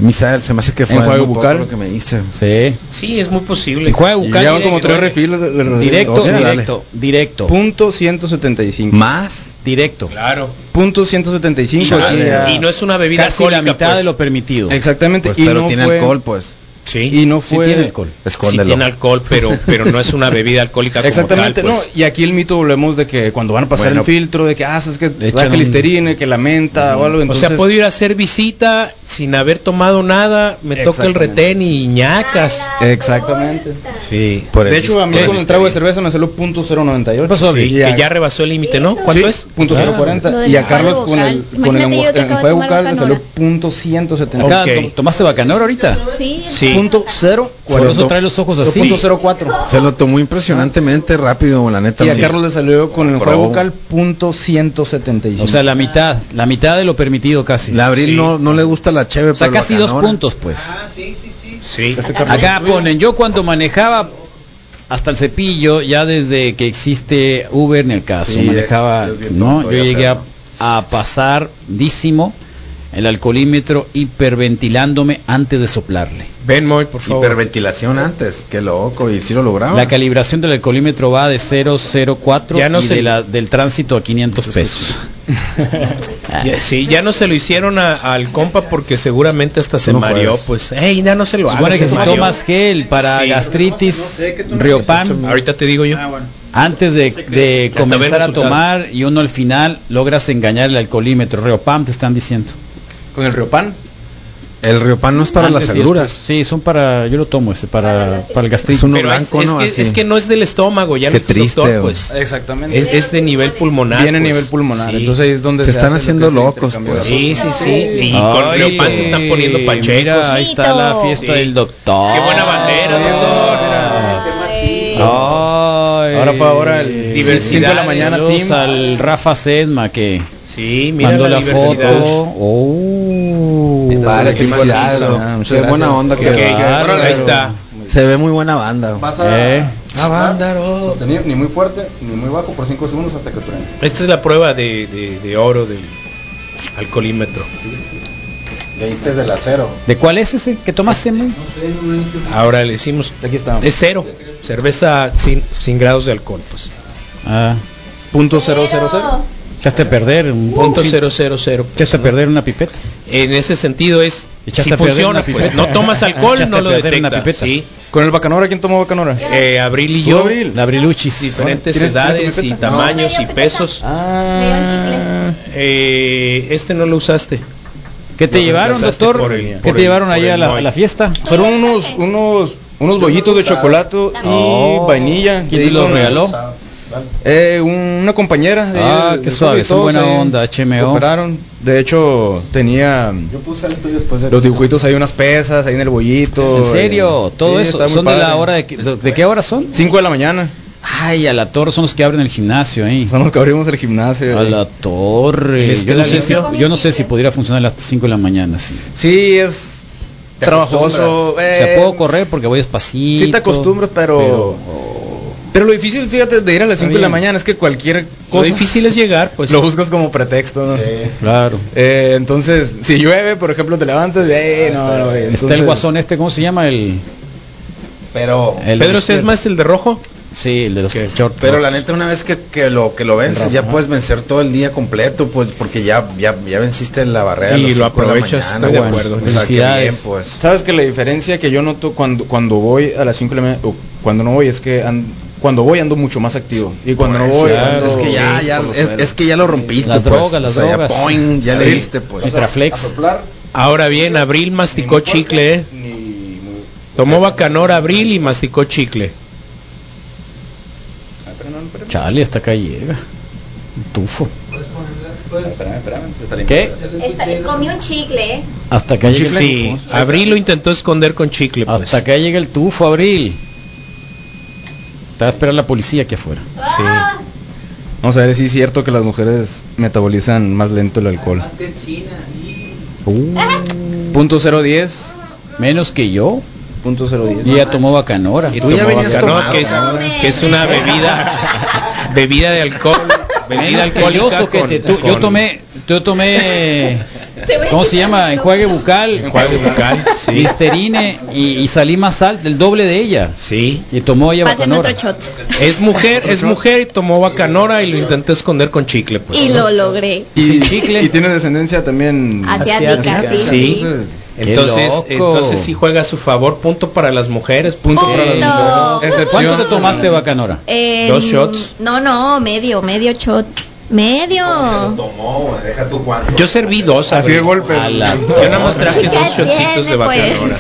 E: Misael, se me hace que fue
D: Enjuague
E: muy poco
D: bucal.
E: lo que me hice.
A: Sí.
C: Sí, es muy posible.
A: Enjuague
D: Y
A: bucal.
D: Llevan
A: directo,
D: como tres
A: eh.
D: refiles de- de- de-
A: Directo,
E: Ok, dale.
A: directo, directo,
D: Punto 175.
E: ¿Más?
A: directo.
C: Claro.
D: Punto 175.
E: Chale.
D: aquí ya-
C: Y no es una bebida
A: Casi la
C: alcohólica,
A: mitad
C: pues.
A: de lo permitido.
D: Exactamente.
E: Pues,
D: y
E: pero
D: no
E: tiene
D: fue-
E: alcohol, pues.
C: Sí.
D: Y no
A: Sí
D: fue...
A: tiene alcohol.
C: Sí
E: Escóndelo.
C: tiene alcohol, pero pero no es una bebida alcohólica como
D: Exactamente,
C: tal, pues.
D: no, y aquí el mito volvemos de que cuando van a pasar
E: Bueno.
D: el filtro, de que, ah, es que
A: Le
D: la
A: echan
D: que
A: un-
D: listerine, que la menta o algo, entonces...
C: o sea, puedo ir a hacer visita sin haber tomado nada, me toca el
D: Exactamente.
C: retén y ñacas.
D: Exactamente.
C: Sí.
E: Por
D: De
E: el
D: hecho, a mí
E: Listerine.
D: con el trago de cerveza me salió punto 0.98.
C: Sí,
D: Sí,
C: que ya rebasó el límite, ¿no? ¿Cuánto
D: Sí,
C: es?
D: Punto
A: Ah,
D: 0.40.
F: lo
D: Y a
F: del
D: Carlos
F: enjuague
D: con el,
F: bucal.
D: con el
F: Imagínate yo que acabo de tomar
D: enjuague bucal me salió
F: Bacanora.
D: punto
A: Acá,
D: 175.
C: Ok.
A: tom- ¿Tomaste bacanora ahorita?
F: Sí,
C: Ah, Sí.
D: Punto cero
A: Por eso
D: cuarenta-
A: trae los ojos así.
D: punto cero cuatro.
E: Se lo tomó impresionantemente rápido, la neta.
D: Y a
E: sí.
D: Carlos le salió con el
E: Pro.
D: juego vocal punto 175.
A: O sea, la mitad, la mitad de lo permitido casi.
E: La Abril no, no le gusta la cheve,
A: o sea,
E: pero
A: casi dos
E: Bacanora.
A: puntos, pues.
C: Sí.
D: Este
A: Acá ponen, yo cuando manejaba hasta el cepillo, ya desde que existe Uber en el caso,
E: Sí,
A: manejaba,
E: es- es bien
A: ¿no?
E: tonto
A: Yo
E: ya
A: llegué a,
E: hacerlo.
A: a pasar dísimo el alcoholímetro hiperventilándome antes de soplarle.
C: Ven, Moy, por favor.
E: Hiperventilación antes, qué loco, y sí lo lograba.
A: La calibración del alcoholímetro va de 004
C: Ya no
A: y
C: sé.
A: de la- del tránsito a 500 pesos.
C: Ah, Ya- sí, ya no se lo hicieron a- al compa porque seguramente hasta se
E: No
C: mareó,
E: juegues.
C: pues. Ey, ya no se lo hagas,
E: Ah,
A: Supone que
C: se
A: si
C: mareó.
A: tomas gel para
C: Sí.
A: gastritis, Riopan,
C: Ahorita te digo yo.
D: Ah,
A: antes de, de
C: Hasta ver
A: comenzar a
C: resultado.
A: tomar y uno al final logras engañar el alcoholímetro, Riopam te están diciendo.
D: con el Riopan.
E: El Riopan no es para
A: Antes
E: las
A: y
E: agruras.
A: después. Sí, son para, yo lo tomo ese, para, para el gastritis.
E: Este Es uno
C: Pero
E: blanco,
C: es, es
E: ¿no?
C: que,
E: Así.
C: es que no es del estómago, ya
E: Qué
C: lo dijo el
E: triste,
C: doctor,
E: güey.
C: pues.
D: Exactamente.
C: Es, es de nivel pulmonar.
D: Viene a
C: pues.
D: nivel pulmonar.
C: Sí.
D: Entonces ahí es donde
E: Se están
D: hace lo
E: haciendo
D: que es el
E: locos,
D: intercambio
E: pues.
D: de
C: Sí, sí, sí. Y con
A: Ay,
C: Riopan se están poniendo pachecos.
A: mira, ahí está la
F: Bonito.
A: fiesta
C: Sí.
A: del doctor.
C: Qué buena bandera, doctor.
A: Ah, Ay.
D: Ahora fue ahora el
C: Diversidad.
D: cinco de la mañana
A: Saludos
D: team.
A: al Rafa Sesma que
C: Sí, mira
A: mandó
C: la,
A: la,
C: diversidad.
A: foto. Oh.
E: Vale,
D: Qué
E: felicidades,
D: macizo.
E: Doc.
D: Ah, muchas
E: Qué
D: gracias.
E: buena onda
C: Ok,
E: que
C: ok,
A: bárbaro.
C: bueno, ahí está.
E: Se ve muy buena banda.
D: Vas a
A: Eh,
E: La banda, Doc.
D: sostener ni muy fuerte ni muy bajo por 5 segundos hasta que truene.
C: Esta es la prueba de, de- de oro del alcoholímetro.
E: Leíste del acero.
A: ¿De cuál es ese que tomaste,
C: Este.
A: man?
C: Ahora le hicimos,
D: Aquí está.
C: es cero, cerveza sin, sin grados de alcohol, pues.
A: Ah,
D: punto cero cero cero.
A: echaste a perder un
C: Punto
A: sí,
C: cero cero cero. pues,
A: Echaste a perder una pipeta.
C: En ese sentido es,
A: Echaste
C: si
A: a perder
C: funciona,
A: una pipeta.
C: pues no tomas alcohol,
A: Echaste
C: no
A: a
C: lo
A: perder una
C: detectas.
A: pipeta.
C: Sí.
D: Con el bacanora, ¿quién tomó bacanora?
C: Eh, Abril y
D: ¿Tú,
C: yo,
D: Abril?
A: La briluchis.
C: diferentes
D: ¿Tienes- tienes tu
C: edades y
D: pipeta?
C: tamaños y
F: No.
C: pesos.
F: Ah.
C: Eh, este no lo usaste.
A: ¿Qué te
C: Lo
A: llevaron,
C: reemplazaste
A: doctor?
C: por el- por
A: ¿Qué
C: el-
A: te llevaron
C: por
A: ahí a
C: el
A: la,
C: Moy.
A: a la fiesta?
D: Fueron unos, unos, unos bollitos de chocolate y
A: Oh.
D: vainilla.
A: ¿Quién
D: Ahí
A: te los
D: con-
A: regaló?
D: Eh, una compañera. de
A: Ah,
D: del-
A: qué
D: del
A: suave,
D: club y
A: son
D: todos
A: buena
D: ahí
A: onda, HMO.
D: cooperaron. De hecho, tenía
E: Yo puse el tuyo después de
D: los dibujitos ahí, unas pesas ahí en el bollito.
A: ¿En serio?
D: eh,
A: Todo
D: sí,
A: eso.
D: está muy
A: ¿Son de la
D: padre.
A: hora de, que- de, de qué hora son?
D: 5 de la mañana.
A: Ay, a la torre son los que abren el gimnasio ahí.
D: Son los que abrimos el gimnasio.
A: A la torre.
D: Es que
A: Yo no,
D: la
A: sé si,
F: limpió.
A: yo no sé si pudiera funcionar a las 5 de la mañana. Sí.
D: Sí, es
B: Te
D: trabajoso.
B: acostumbras.
A: o
D: eh,
A: sea, puedo correr porque voy despacito.
D: Sí te acostumbras, pero... Pero, lo difícil, fíjate, de ir a las
A: Está
D: 5 de la
A: bien.
D: mañana es que cualquier
C: Lo
D: cosa
C: difícil es llegar, pues.
D: lo buscas como pretexto, ¿no?
A: Claro.
D: Eh, entonces, si llueve, por ejemplo, te levantas y... eh,
B: Ah,
D: no,
B: está
D: no,
B: bien.
D: entonces-
A: Está el guasón este, ¿cómo se llama? El,
B: Pero,
A: el
C: Pedro
A: es
C: Sesma es el de rojo.
A: Sí, el de los shorts.
E: Pero la neta, una vez que, que lo que lo vences, ya puedes vencer todo el día completo, pues, porque ya, ya, ya venciste la barrera. a
C: Y
E: las
C: lo
E: cinco de la
C: aprovechas,
E: mañana,
C: estoy de
E: pues.
A: acuerdo.
E: O sea, qué bien,
A: Felicidades.
E: pues.
D: Sabes que la diferencia que yo noto cuando cuando voy a las 5 de la mañana, o cuando no voy, es que an- cuando voy ando mucho más activo. Y cuando no
E: Pues,
D: voy...
A: claro.
D: ando-
E: es que ya,
D: sí,
E: ya,
D: por los
E: es,
D: suelos.
E: es que ya lo rompiste,
A: Las
E: pues.
A: drogas, las
E: O sea, ya,
A: drogas.
E: poing, ya le diste, pues.
A: Traflex.
C: Ahora bien, Abril masticó chicle, ¿eh?
D: Ni muy-
C: Tomó bacanora Abril y masticó chicle.
A: Chale, hasta acá llega. Un Tufo. ¿Qué?
F: Esta- eh, Comí un chicle, ¿eh?
A: Hasta acá llega el
C: Sí,
A: tufo.
C: Abril lo intentó esconder con chicle, pues.
A: Hasta acá llega el tufo, Abril. Te va a esperar la policía aquí afuera.
F: Ah,
D: Vamos a ver si es cierto que las mujeres metabolizan más lento el alcohol. Uh. Punto 010,
A: Menos que yo.
D: punto 010.
A: Y ella tomó bacanora.
C: Y
E: Tú ya
C: tomó
E: venías
C: Bacanora,
E: tomado,
C: que es,
F: cabrón.
C: que es una bebida, bebida de alcohol, bebida
A: Menos que yo,
C: alcohólica
A: soquete,
C: con-
A: tú- yo
C: con-
A: tomé, yo tomé,
F: te voy a
A: ¿cómo se
F: quitar
A: llama?
F: el
A: Enjuague
F: micrófono.
A: bucal,
C: Enjuague bucal, sí.
A: Listerine y, y salí más alto, el doble de ella.
C: Sí,
A: Y tomó ella
F: Pásenme otro
A: bacanora.
F: shot.
C: es mujer, es mujer y tomó bacanora y lo intentó esconder con chicle, pues.
F: Y lo logré.
D: Y,
A: Sin chicle.
D: y tiene descendencia también
F: Asiática, sí.
C: Sí.
D: Entonces,
C: Entonces,
A: Qué loco.
C: entonces sí juega a su favor, punto para las mujeres, punto
F: Punto.
C: para las mujeres.
D: Excepción.
A: ¿Cuánto te tomaste bacanora?
F: Eh,
C: ¿Dos shots?
F: No, no, medio, medio shot. Medio.
B: tomó, güey, deja tu cuánto.
C: Yo serví dos,
D: Así de
C: Abril.
D: golpe.
A: A la
C: Yo nada más traje
F: ¿Qué
C: dos shotcitos
F: tiene,
C: de
F: pues?
C: bacanora.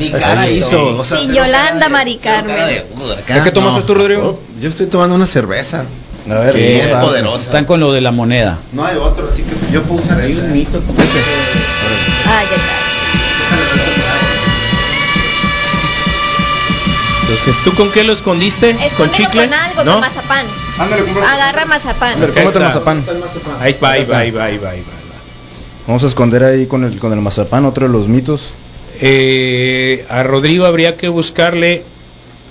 B: Ni cara hizo. O sea,
F: Sí,
B: cero
F: Yolanda
B: cara de-
F: Mari
B: cero cara
F: Carmen.
B: de, "Uh, acá,
D: ¿Ya qué tomaste tú, Rodrigo?
B: Oh, Yo estoy tomando una cerveza.
D: A ver,
B: Sí,
D: bien,
B: es
D: va.
B: poderosa.
A: Están con lo de la moneda.
B: No hay otro, así que yo puedo usar ese.
F: Ah, ya está.
C: Entonces, ¿tú con qué lo escondiste? ¿Con
F: Escóndelo
C: chicle?
F: con algo,
C: ¿No?
F: con mazapán.
D: Ándale, compra-
F: Agarra mazapán.
D: Ándale,
C: Ahí
D: cómete
C: está.
D: mazapán.
C: Ahí va, ahí va, ahí va, ahí va, ahí va.
D: Vamos a esconder ahí con el con el mazapán otro de los mitos.
C: Eh, a Rodrigo habría que buscarle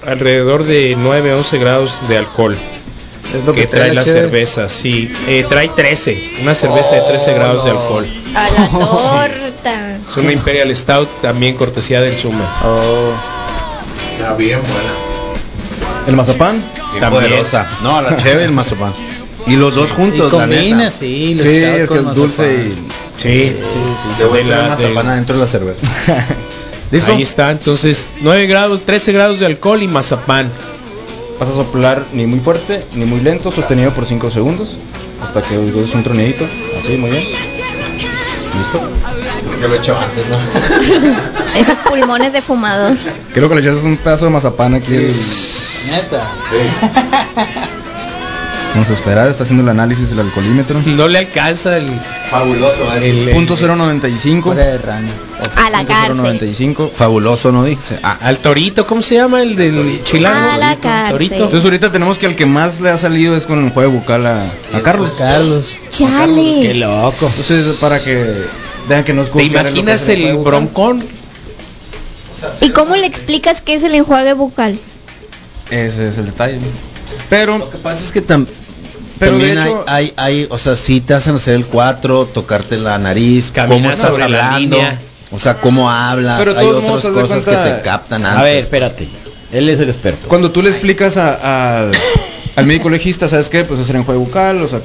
C: alrededor de 9, 11 grados de alcohol
D: Es
C: que, trae la cerveza. Sí, Eh, trae 13, una cerveza de 13 grados de alcohol.
F: A la torta.
C: Es una Imperial Stout también cortesía del Sumer.
B: Está bien buena.
D: El mazapán.
B: Bien
C: También.
B: poderosa.
E: No, la chévere, el mazapán. Y los dos
G: Y
E: juntos, la
G: combina,
E: neta.
G: sí,
D: Sí,
G: lo estaba
D: es que
G: con
D: es dulce
G: mazapán.
D: y
C: Sí,
E: Le voy a
C: de
E: echar el
C: la- de-
E: mazapán adentro de la cerveza.
D: ¿Listo?
C: Ahí está, entonces 9 grados, 13 grados de alcohol y mazapán.
D: Vas a soplar ni muy fuerte ni muy lento, sostenido por 5 segundos, hasta que oigas un tronidito. Así, muy bien. ¿Listo?
B: Yo lo he hecho antes, ¿no?
F: Esos pulmones de fumador.
D: Creo que le echas un pedazo de mazapán aquí.
G: Neta.
D: Vamos a esperar, está haciendo el análisis del alcoholímetro.
C: No le alcanza el,
B: Fabuloso, va a decir.
C: el-
D: Punto 095.
G: Fuera de rango.
F: A la
D: punto
F: cárcel.
D: 095.
E: Fabuloso, ¿no dice? Ah,
C: al torito, ¿cómo se llama? El del chilango.
F: A la cárcel.
C: Torito.
D: Entonces ahorita tenemos que el que más le ha salido es con el juego bucal a, a Carlos.
G: Carlos.
A: Qué
F: Chale.
A: loco.
D: Entonces para que vean que no es
C: ¿Te
D: confiar en lo que
C: imaginas
D: hace
C: el
D: juego bucal.
C: broncón?
F: ¿Y cómo le explicas qué es el enjuague bucal?
D: Ese es el detalle. Pero
E: Lo que pasa es que tam-
D: Pero
E: también
D: de hecho-
E: hay, hay, hay, o sea, sí te hacen hacer el 4, tocarte la nariz, cómo
C: Caminar
E: estás
C: sobre la
E: hablando,
C: línea.
E: o sea, cómo hablas,
D: Pero de
E: hay
D: todos modos,
E: otras
D: haz de
E: cosas que
D: cuenta-
E: te captan antes.
H: A ver, espérate. Él es el
A: ah,
H: experto.
D: Cuando tú le explicas a- al- al médico legista, ¿sabes qué? Pues hacer enjuague bucal, o sea, eh,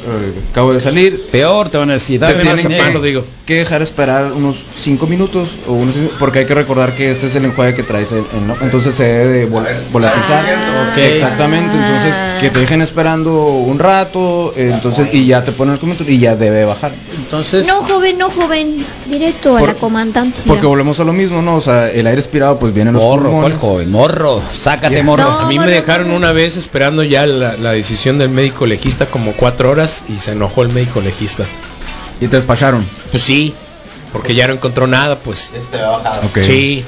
D: acabo de salir,
A: Peor te van a decir, eh". dame
D: Te
A: más
D: tienen
A: zapán,
D: que-
A: lo digo.
D: que dejar esperar unos 5 minutos o unos cinco- porque hay que recordar que este es el enjuague que traes en- en- ¿no? entonces se debe de vol- volatizar
F: Ah,
D: Ok. exactamente entonces que te dejen esperando un rato eh, entonces y ya te ponen el comentario y ya debe bajar
G: Entonces,
F: No, joven, no, joven. Directo a
D: Por-
F: la comandancia.
D: porque volvemos a lo mismo no o sea el aire expirado pues viene en los
A: Morro, ¿cuál
D: pulmones
A: joven? Morro, sácate, morro.
F: No,
A: A
C: A
A: mí-
C: mí
F: Vámonos,
C: me dejaron
F: vámonos.
C: una vez esperando ya la, la decisión del médico legista como cuatro horas y se enojó el médico legista.
D: y te despacharon
C: Pues sí, porque ya no encontró nada, pues.
B: Este
E: ah,
B: va a bajar.
D: Ok.
C: Sí,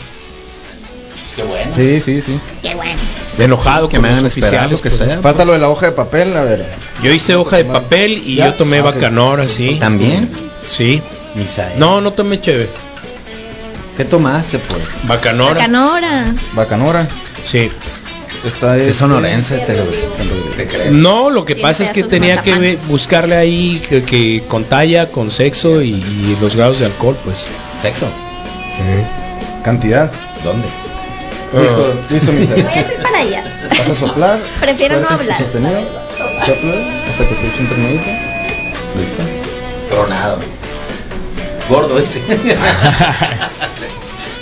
B: Qué bueno.
D: sí sí sí
F: Qué bueno.
C: enojado
E: que
C: con
E: me
C: los
E: hagan esperar lo
C: oficiales,
E: que
C: pues.
E: sea.
D: falta lo de la hoja de papel a ver
C: Yo hice hoja de papel y
D: ¿Ya?
C: yo tomé
D: Ah, ok.
C: bacanora, sí.
E: También,
C: Sí.
E: Misael.
C: No, no tomé chévere.
E: ¿Qué tomaste pues?
C: Bacanora.
F: Canora.
D: bacanora
C: Sí.
D: está
E: Es
D: este-
E: sonorense, te, te crees.
C: No, lo que
F: Tiene
C: pasa es que
F: pedazos
C: tenía que
F: mazapán.
C: ve- buscarle ahí que, que con talla, con sexo y, y los grados de alcohol, pues.
E: ¿Sexo?
D: cantidad
E: ¿Dónde?
D: listo listo mi
F: Voy a ir para allá.
D: Vas a soplar.
F: Prefiero no
D: sueltas tu
F: hablar.
D: Sostenido, sopla hasta que escuche un tornadito. Listo.
B: Tronado. Gordo este.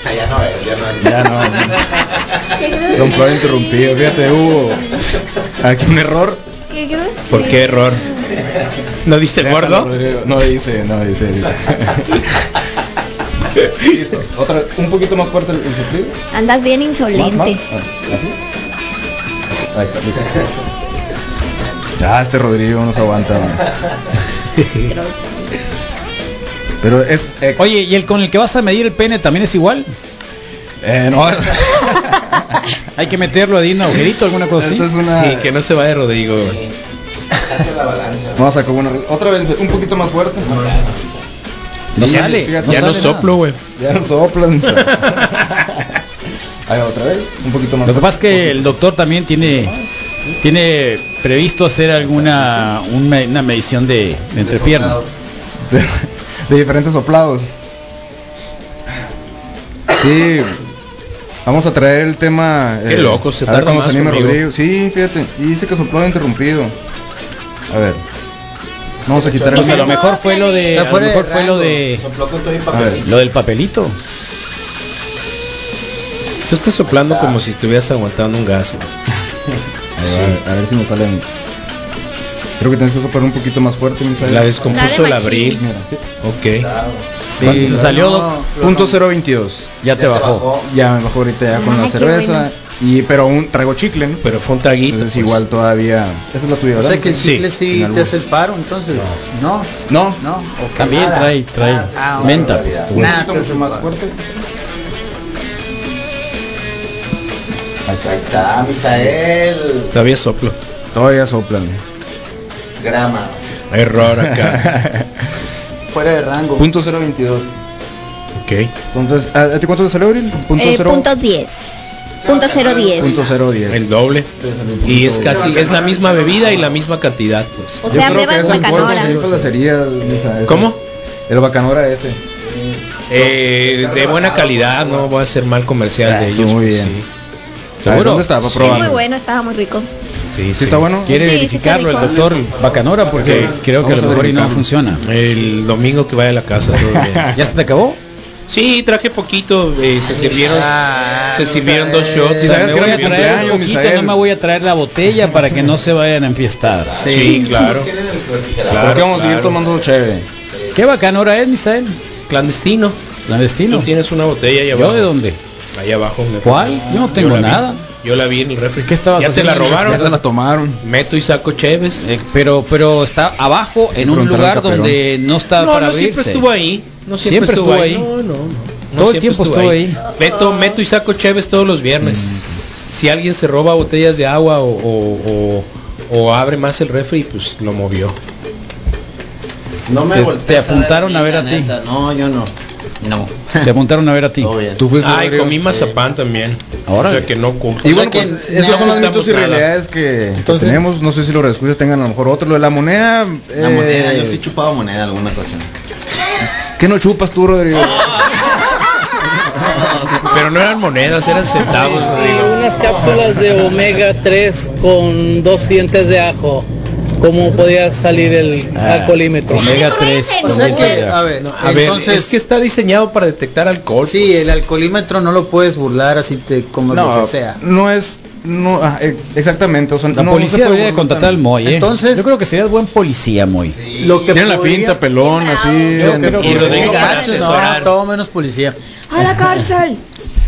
B: Ah, ya no es, ya no es.
D: Ya no. Don Flor interrumpido. Fíjate, hubo aquí un error.
F: Qué grosero.
C: ¿Por qué error? ¿No dice gordo?
D: No dice, no dice. Listo. Otra, un poquito más fuerte el, el soplido.
F: Andas bien
D: Más, más.
F: insolente.
D: Ah, Así. Ahí está, listo. Ya, este Rodrigo no se aguanta. man. Pero es. eh,
A: Oye, ¿y el con el que vas a medir el pene también es igual?
D: eh, no.
A: Hay que meterlo ahí en un agujerito, alguna cosa así.
D: Esta es una-
C: Sí, que no se vaya Rodrigo. güey.
B: Saca la balanza.
D: No, sacó buena re- Otra vez, un poquito más fuerte.
A: No
D: Sí,
A: sale.
D: fíjate,
A: no
C: ya no
A: sale
C: soplo,
A: nada.
C: güey.
D: Ya no soplan. sa- Ahí va, otra vez, un poquito más.
A: Lo que pasa es que el doctor también tiene tiene previsto hacer alguna una, una medición de, de entrepierna.
D: De, de diferentes soplados. Sí. Vamos a traer el tema. eh,
C: Qué loco, se
D: a ver
C: tarda
D: cuando se
C: más
D: anime
C: conmigo.
D: Rodrigo. Sí, fíjate. y Dice que soplado interrumpido. A ver. Vamos a quitar
A: O sea, a
D: el.
A: lo mejor fue lo de a lo mejor fue lo de
B: Sopló con todo y
D: A ver.
B: papelito.
A: lo del papelito.
C: Tú estás soplando como si estuvieras aguantando un gas, güey.
D: Ahí va, a ver si nos sale. Creo que tienes que soplar un poquito más fuerte, Misael.
C: La descompuso
F: Dale,
C: el
F: machín.
C: abril.
D: Mira.
C: Ok.
A: ¿Cuánto te salió? doc?
D: Punto 022.
A: ya te bajó.
D: Ya me bajó ahorita ya con
F: Ah,
D: la
F: qué
D: cerveza.
F: bueno.
D: Y pero aún traigo chicle, ¿no?
C: Pero fue un traguito.
D: Entonces
C: pues.
D: igual todavía. Esa es la tuya,
G: O
D: ¿verdad?
G: sea que el
C: Sí,
G: chicle sí,
D: en
G: te
D: algún-
G: hace el paro, entonces. No,
D: No.
G: no. ok.
A: También
G: Nada.
A: trae trae
G: Ah, ok.
A: menta. pues, tú.
G: Nada, te hace
D: Mucho
G: el
D: más
G: paro.
D: fuerte.
B: Ahí está, Misael.
C: Todavía soplo.
D: Todavía soplan.
B: Grama.
C: Error acá.
G: Fuera de rango.
D: Punto 022.
C: ok.
D: Entonces, ¿a a ti cuánto te salió, Abril? Punto
F: Eh,
D: cero-
F: punto 10. Punto 010.
D: punto cero diez.
C: El doble. Y es casi, es la misma bebida y la misma cantidad, pues.
F: O
D: Yo
F: sea,
D: creo que
F: beban
D: es el gordo que hizo
F: bacanora.
D: las heridas, Misa, ese.
C: ¿Cómo?
D: El bacanora ese.
C: Eh, de buena calidad, no voy a hacer mal comercial de
D: Ah, sí,
C: ellos.
D: muy
C: pues,
D: bien.
A: ¿Seguro?
D: A ver, ¿Dónde está? Para
F: Es muy
D: probarlo.
F: bueno, estaba muy rico.
C: Sí, sí,
D: ¿Sí
C: sí.
D: está bueno?
A: Quiere
F: Sí, sí está
A: verificarlo el
F: rico.
A: doctor Bacanora porque creo que a
D: Vamos
A: lo
D: a
A: mejor y no
D: verificarlo.
A: funciona.
C: El domingo que vaya a la casa. todo bien.
A: ¿Ya se te acabó?
C: sí, traje poquito, eh, se sirvieron, se sirvieron dos shots.
D: ¿Sabes
A: Me
D: que
A: voy
D: era
A: a traer un
D: mi cumpleaños,
A: poquito,
D: Misael?
A: no me voy a traer la botella para que no se vayan a enfiestar.
C: Sí, claro.
B: Tienen el
C: Claro,
D: Porque vamos a seguir
C: claro.
D: tomando chévere.
A: ¿Qué bacanora es, Misael?
C: Clandestino.
A: Clandestino.
C: Tú tienes una botella allá abajo.
A: ¿Yo de dónde?
C: Ahí abajo. me-
A: ¿Cuál? Yo no tengo
C: la vi.
A: nada.
C: Yo la vi en el refri.
A: ¿Qué estabas
C: ya
A: haciendo
C: te la
A: en el
C: robaron.
D: Ya se la tomaron.
C: Meto y saco cheves.
A: Eh, pero pero está abajo en un
D: preguntar al
A: lugar
D: caperón.
A: donde no está
C: no,
A: para
C: no siempre
A: abrirse.
C: estuvo ahí. No siempre,
A: Siempre
C: estuvo,
A: estuvo
C: ahí.
A: ahí.
C: No, no, no. No
A: Todo el
C: siempre
A: tiempo estuvo ahí. Mm.
C: Meto, meto y saco cheves todos los viernes. Si alguien se roba botellas de agua o, o- o- o abre más el refri, pues lo movió.
B: No me
A: Te-
B: voltees
A: te
B: a ver
A: apuntaron a ver
B: la
A: a ti.
B: neta, No, yo no.
I: No.
A: Se apuntaron a ver a ti.
B: Todo bien.
D: Tú fuiste
C: Ay,
D: Rodrigo.
C: comí mazapán también.
A: Ahora.
C: O sea que no oculto.
D: Y
C: O sea
D: bueno,
C: que
D: pues,
C: no
D: esos son los
C: ocultamos
D: mitos y
C: nada.
D: realidades que, que
I: Entonces-
D: tenemos. No sé si los redescuchas tengan a lo mejor otro. Lo de la moneda.
I: La
D: eh,
I: moneda, yo sí he chupado moneda alguna ocasión.
D: ¿Qué no chupas tú, Rodrigo?
C: Pero no eran monedas,
A: Ah,
C: eran centavos. Rodrigo.
J: unas cápsulas de omega 3 con dos dientes de ajo. ¿Cómo podía salir el
A: Ah,
J: alcoholímetro?
A: Omega 3.
G: O sea que, a ver,
C: A ver,
G: entonces,
C: es que está diseñado para detectar alcohol.
G: sí, el alcoholímetro no lo puedes burlar así te como lo que sea.
D: no es. No, ah, eh, exactamente. o sea,
A: La
D: no- no se
A: policía
D: puede
A: debería de
D: burlar
A: contratar al Moy, ¿eh?
G: Entonces-
A: Yo creo que serías buen policía, Moy.
G: Lo que
D: Tiene la
G: podría-
D: pinta pelón, así.
G: Yo
D: en-
G: que
C: Y lo
G: podría
C: digo para
G: engañar-
C: asesorar.
G: no, todo menos policía.
F: ¡A la cárcel!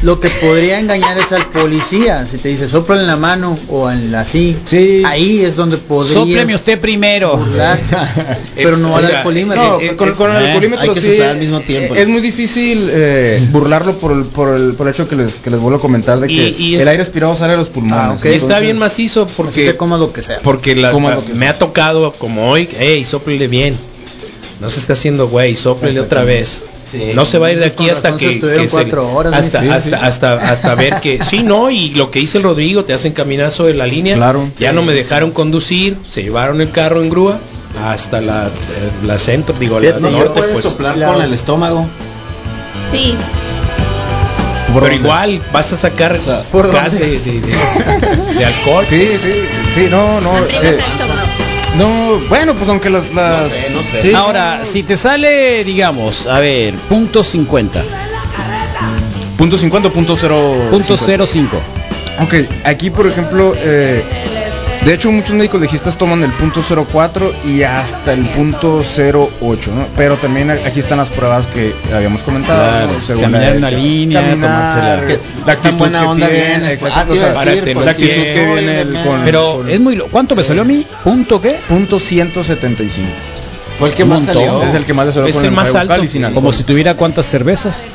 G: Lo que podría engañar es al policía. Si te dice sopla en la mano o en la así,
D: Sí.
G: ahí es donde podrías
A: Sópleme Pues usted primero.
G: burlar, pero no
C: O
G: al
C: sea,
G: alcoholímetro.
D: No, con, con el
A: eh,
D: alcoholímetro
I: hay que
D: sí,
I: soplar al mismo tiempo.
D: Es muy difícil eh, burlarlo por el, por, el, por el hecho que les, que les vuelvo a comentar de que
C: Y- y es-
D: el aire expirado sale a los pulmones.
G: Ah, ok.
C: Y está
D: entonces-
C: bien macizo
G: Así
C: porque
G: te comas lo que sea.
C: porque la-
D: Coma
C: la-
D: lo que
C: me ha tocado como hoy, hey, soplele bien. No se está haciendo güey, soplele otra vez.
I: Sí.
C: No se va a ir de
G: Con
C: aquí hasta
G: razón se
C: que,
G: estuvieron
C: que
G: cuatro horas, ¿no?
C: hasta,
G: Sí,
C: hasta, hasta hasta ver que sí no y lo que hizo el Rodrigo te hacen caminazo de la línea.
D: Claro.
C: Ya no me dejaron conducir, se llevaron el carro en grúa hasta la, eh, la centro, digo la
I: no se
C: norte,
I: puede
C: pues.
I: soplar con el estómago.
F: Sí.
C: Pero igual vas a sacar
G: ¿por
C: gas de,
G: dónde?
C: de- de- de alcohol. pues.
D: Sí, sí, sí, no, no.
F: Siempre
D: eh,
F: nos han tomado.
D: no, bueno, pues aunque las. las-
I: No sé, no sé.
D: Sí.
A: Ahora, si te sale, digamos, a ver, punto 50,
D: Punto 50, punto cero
A: punto
D: cincuenta.
A: 05.
D: Ok, aquí por ejemplo, eh, de hecho muchos médicos legistas toman el punto 04 y hasta el punto 08, ¿no? pero también a- aquí están las pruebas que habíamos comentado.
A: Claro,
D: ¿no? Según
A: caminar
D: la-
A: una línea, tomársela.
I: Que-
D: la
I: tan
D: actitud
I: buena
D: que
I: onda
D: tiene,
I: vienes, pues,
D: exacto,
I: ah, te iba
D: o
I: a decir,
D: sea, para tener
I: pues,
D: la actitud
I: sí,
D: que
I: soy
D: viene
I: de
D: el-
I: man.
D: con
A: Pero es muy... lo- ¿Cuánto me salió a mí? ¿Punto qué?
D: punto 175.
I: Fue el que
A: Un
I: más
A: montón.
I: salió.
D: Es el que más le salió
C: Es
D: con
C: el
D: el
C: más
D: revocal
C: alto.
D: y sin alcohol.
A: Como si tuviera cuántas cervezas.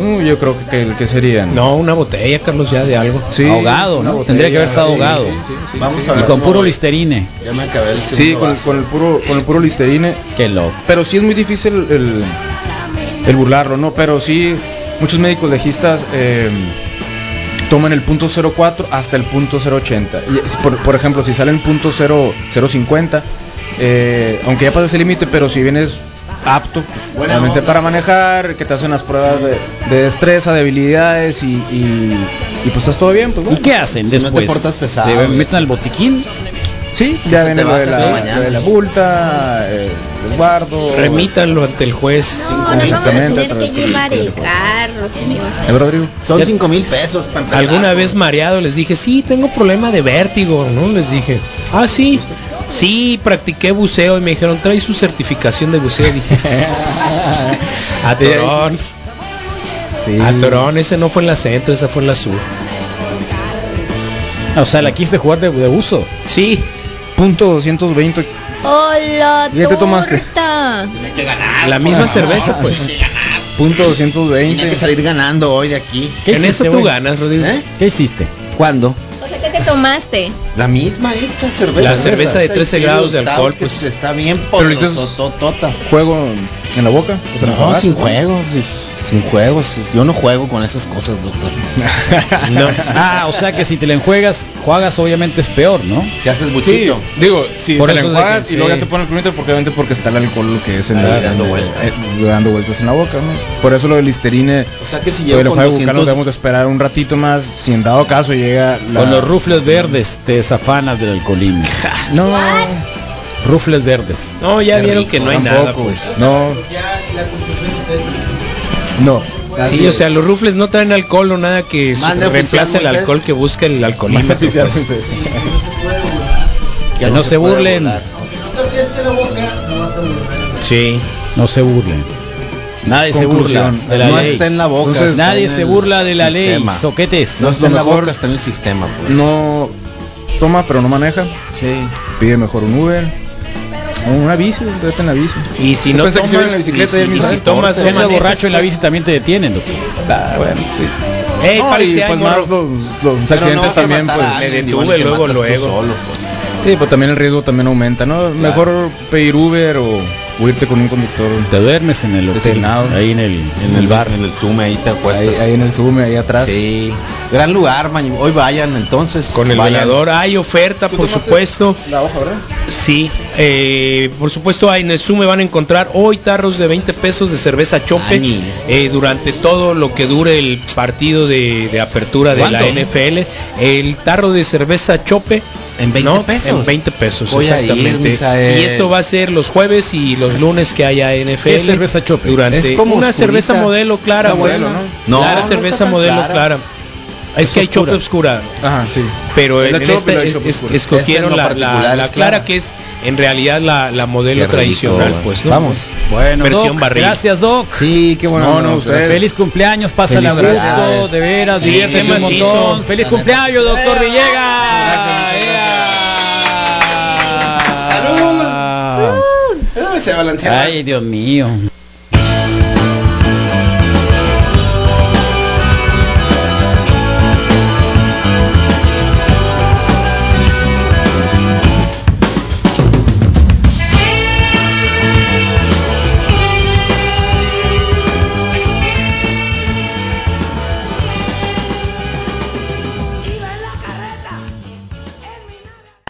D: Mm, yo creo que el que serían.
C: No, una botella, Carlos, ya de algo.
D: Sí,
A: ahogado,
D: una
A: ¿no?
D: botella,
A: Tendría que haber estado
D: sí,
A: ahogado.
D: sí, sí, sí,
I: Vamos
D: sí.
I: a
A: Y
I: ver.
A: con
I: no
A: puro
I: voy.
A: listerine.
I: Ya me acabé el
D: Sí,
I: segundo
D: con,
I: vaso.
D: con el puro con el puro listerine
A: Qué loco.
D: Pero sí es muy difícil el, el burlarlo, ¿no? Pero sí, muchos médicos legistas eh, toman el punto 04 hasta el punto 080. Y es Por, por ejemplo, si salen punto 0, 050, eh, aunque ya pasa ese límite, pero si vienes apto pues,
I: Buena
D: obviamente,
I: onda.
D: para manejar, que te hacen las pruebas de, de destreza, de habilidades y, y, y, pues estás todo bien, pues
A: ¿Y
D: bueno.
A: qué hacen
I: Si no te
A: después?
I: portas pesado,
A: ¿Te
I: y
A: meten
I: así.
A: al botiquín?
D: Sí, ya
I: se
D: viene
I: te
D: lo de,
I: baja hasta
D: la,
I: mañana.
D: lo de la multa, eh, resguardo.
C: Remítanlo ante el juez.
F: No, nos vamos a
D: Exactamente,
F: tener
D: a través
F: que
D: del-
F: llevar
D: del-
F: el carro, señor.
D: Eh, Rodrigo?
I: Son cinco mil pesos para empezar.
C: Alguna vez mareado les dije, sí, tengo problema de vértigo, ¿no? Les dije, ah, sí, sí, practiqué buceo y me dijeron, trae su certificación de buceo. Dije, a Torón, a Torón, ese no fue en la centro, esa fue en la sur.
A: O sea, la quiste jugar de, de uso.
C: Sí,
D: Punto 220.
F: ¡Hola,
D: ¿Ya te tomaste?
F: torta!
C: la misma cerveza, pues.
D: Punto
I: Tenía que
D: 220.
I: salir ganando hoy de aquí.
A: ¿Qué
C: en eso
A: hiciste,
C: tú
A: güey?
C: ganas, Rodrigo.
I: ¿Eh?
A: ¿Qué hiciste?
I: ¿Cuándo?
F: O sea, ¿qué te tomaste?
I: La misma esta cerveza.
C: La cerveza de 13
I: Imperial
C: grados de
I: Stout,
C: alcohol,
I: que
C: pues.
I: Está bien
D: Pero esto es-
I: tota.
D: Juego en la boca. o sea, en la
I: No,
D: barra.
I: sin juegos, sin juegos. Yo no juego con esas cosas, doctor.
C: No.
A: Ah, o sea que si te la enjuegas, juegas obviamente es peor, ¿no?
I: Si haces
D: Sí,
I: buchito.
D: digo, si
A: Por
D: te la
A: eso es de
D: enjuagas
A: que
D: y luego
A: sí.
D: ya te ponen el clonito porque obviamente porque está el alcohol lo que es en
I: Ahí
D: la-
I: dando
D: en-
I: vueltas.
D: eh, dando vueltas en la boca, ¿no? Por eso lo del listerine
I: O sea que si
D: lo
I: llevo
D: del
I: con
D: enjuague bucal nos
I: 200
D: debemos de esperar un ratito más, si en dado caso llega la
A: Con los rufles verdes te desafanas del alcoholismo.
D: No,
A: rufles verdes.
C: No, ya
I: Qué
C: vieron
I: rico,
C: que no hay nada,
D: tampoco.
C: pues.
D: No.
I: pues.
D: No.
C: Sí, o sea, los rufles no traen alcohol o nada que su-
I: Mande oficial,
C: reemplace el
I: Moisés.
C: alcohol que busca el alcoholímetro. pues.
I: ya
A: Que no se
I: puede
A: burlen.
I: volar.
C: Sí.
A: No se burlen. Nadie se
D: Conclusión.
A: burla de la
I: no
A: ley.
I: está en la boca.
A: Entonces,
I: está
A: nadie
I: en
A: se
I: el
A: burla de la
I: sistema.
A: ley, soquetes.
I: No está en la
D: mejor-
I: boca, está en el sistema, pues.
D: No toma, pero no maneja.
I: Sí.
D: Pide mejor un Uber. O Una bici, vete en la bici.
C: Y si
D: Yo
C: no
D: pensé que se iba en
C: tomas,
D: la bicicleta
C: y
D: y él
C: si,
D: ni
C: y si
D: sabe.
C: tomas,
A: Si
C: no
A: andas
C: manejas,
A: borracho en la bici también te detienen. doctor.
D: Ah, bueno, sí.
C: Ey,
D: No,
C: parece
D: y
C: hay
D: pues
C: morro.
D: más los, los
I: Pero no
D: accidentes
I: vas a
D: también,
I: matar
D: pues.
I: a alguien,
C: detuve
I: igual que
C: luego,
I: matas tú
C: luego.
I: solo, pues.
D: Sí, pues también el riesgo también aumenta, ¿no? Mejor pedir Uber o o irte con un conductor.
A: Te duermes en el hotel,
D: Designado.
A: ahí en el, en el bar.
E: En el Zoom, ahí te
D: Ahí,
E: acuestas.
D: ahí en el Zoom, ahí atrás.
E: Sí. Gran lugar, man. Hoy vayan entonces.
C: Con el
E: vayan.
C: velador hay oferta, por supuesto.
D: La hoja, ¿verdad?
C: Sí, eh, por supuesto ahí en el Zoom me van a encontrar hoy tarros de 20 pesos de cerveza chope
E: Ay.
C: eh, durante todo lo que dure el partido de, de apertura de la
E: ¿Cuánto?
C: NFL. El tarro de cerveza chope.
E: En 20 pesos.
C: En 20 pesos,
E: Voy a ir,
C: exactamente.
E: Misael.
C: y esto va a ser los jueves y los lunes que haya NFL.
A: ¿Qué cerveza chope?
C: Durante
E: Es como
C: una
E: oscurita.
C: cerveza modelo clara,
E: Está
C: pues.
E: buena, ¿no?
C: ¿no?
E: No,
C: Clara,
E: no está
C: cerveza
E: tan
C: modelo
E: clara.
C: clara. Es, que hay chope oscura
D: Ajá, sí.
C: pero
D: Es
C: en,
D: la
C: en
D: chope y
C: esta
D: la
C: es-
D: chope
C: es-
D: oscura.
C: escogieron
E: Esta
C: la,
E: en lo
C: la-
E: Este particular
C: la
E: es
C: clara
E: clara.
C: que es en realidad la, la modelo
E: Qué rico,
C: tradicional
E: man.
C: pues ¿no?
E: Vamos.
A: Bueno,
C: Versión
A: Doc,
C: barril.
A: gracias Doc.
E: Sí, qué bueno.
D: No, no, ustedes.
A: Feliz cumpleaños, pásala a
E: Pues, Felicidades.
A: gusto, de veras,
C: Sí,
A: diviértete un
C: macizo.
A: montón. Feliz
E: La
A: cumpleaños,
E: neta.
A: doctor
E: Eh,
A: Villegas.
E: gracias,
A: ¡Ea!
K: Ah, se balancea.
A: Ay, Dios mío.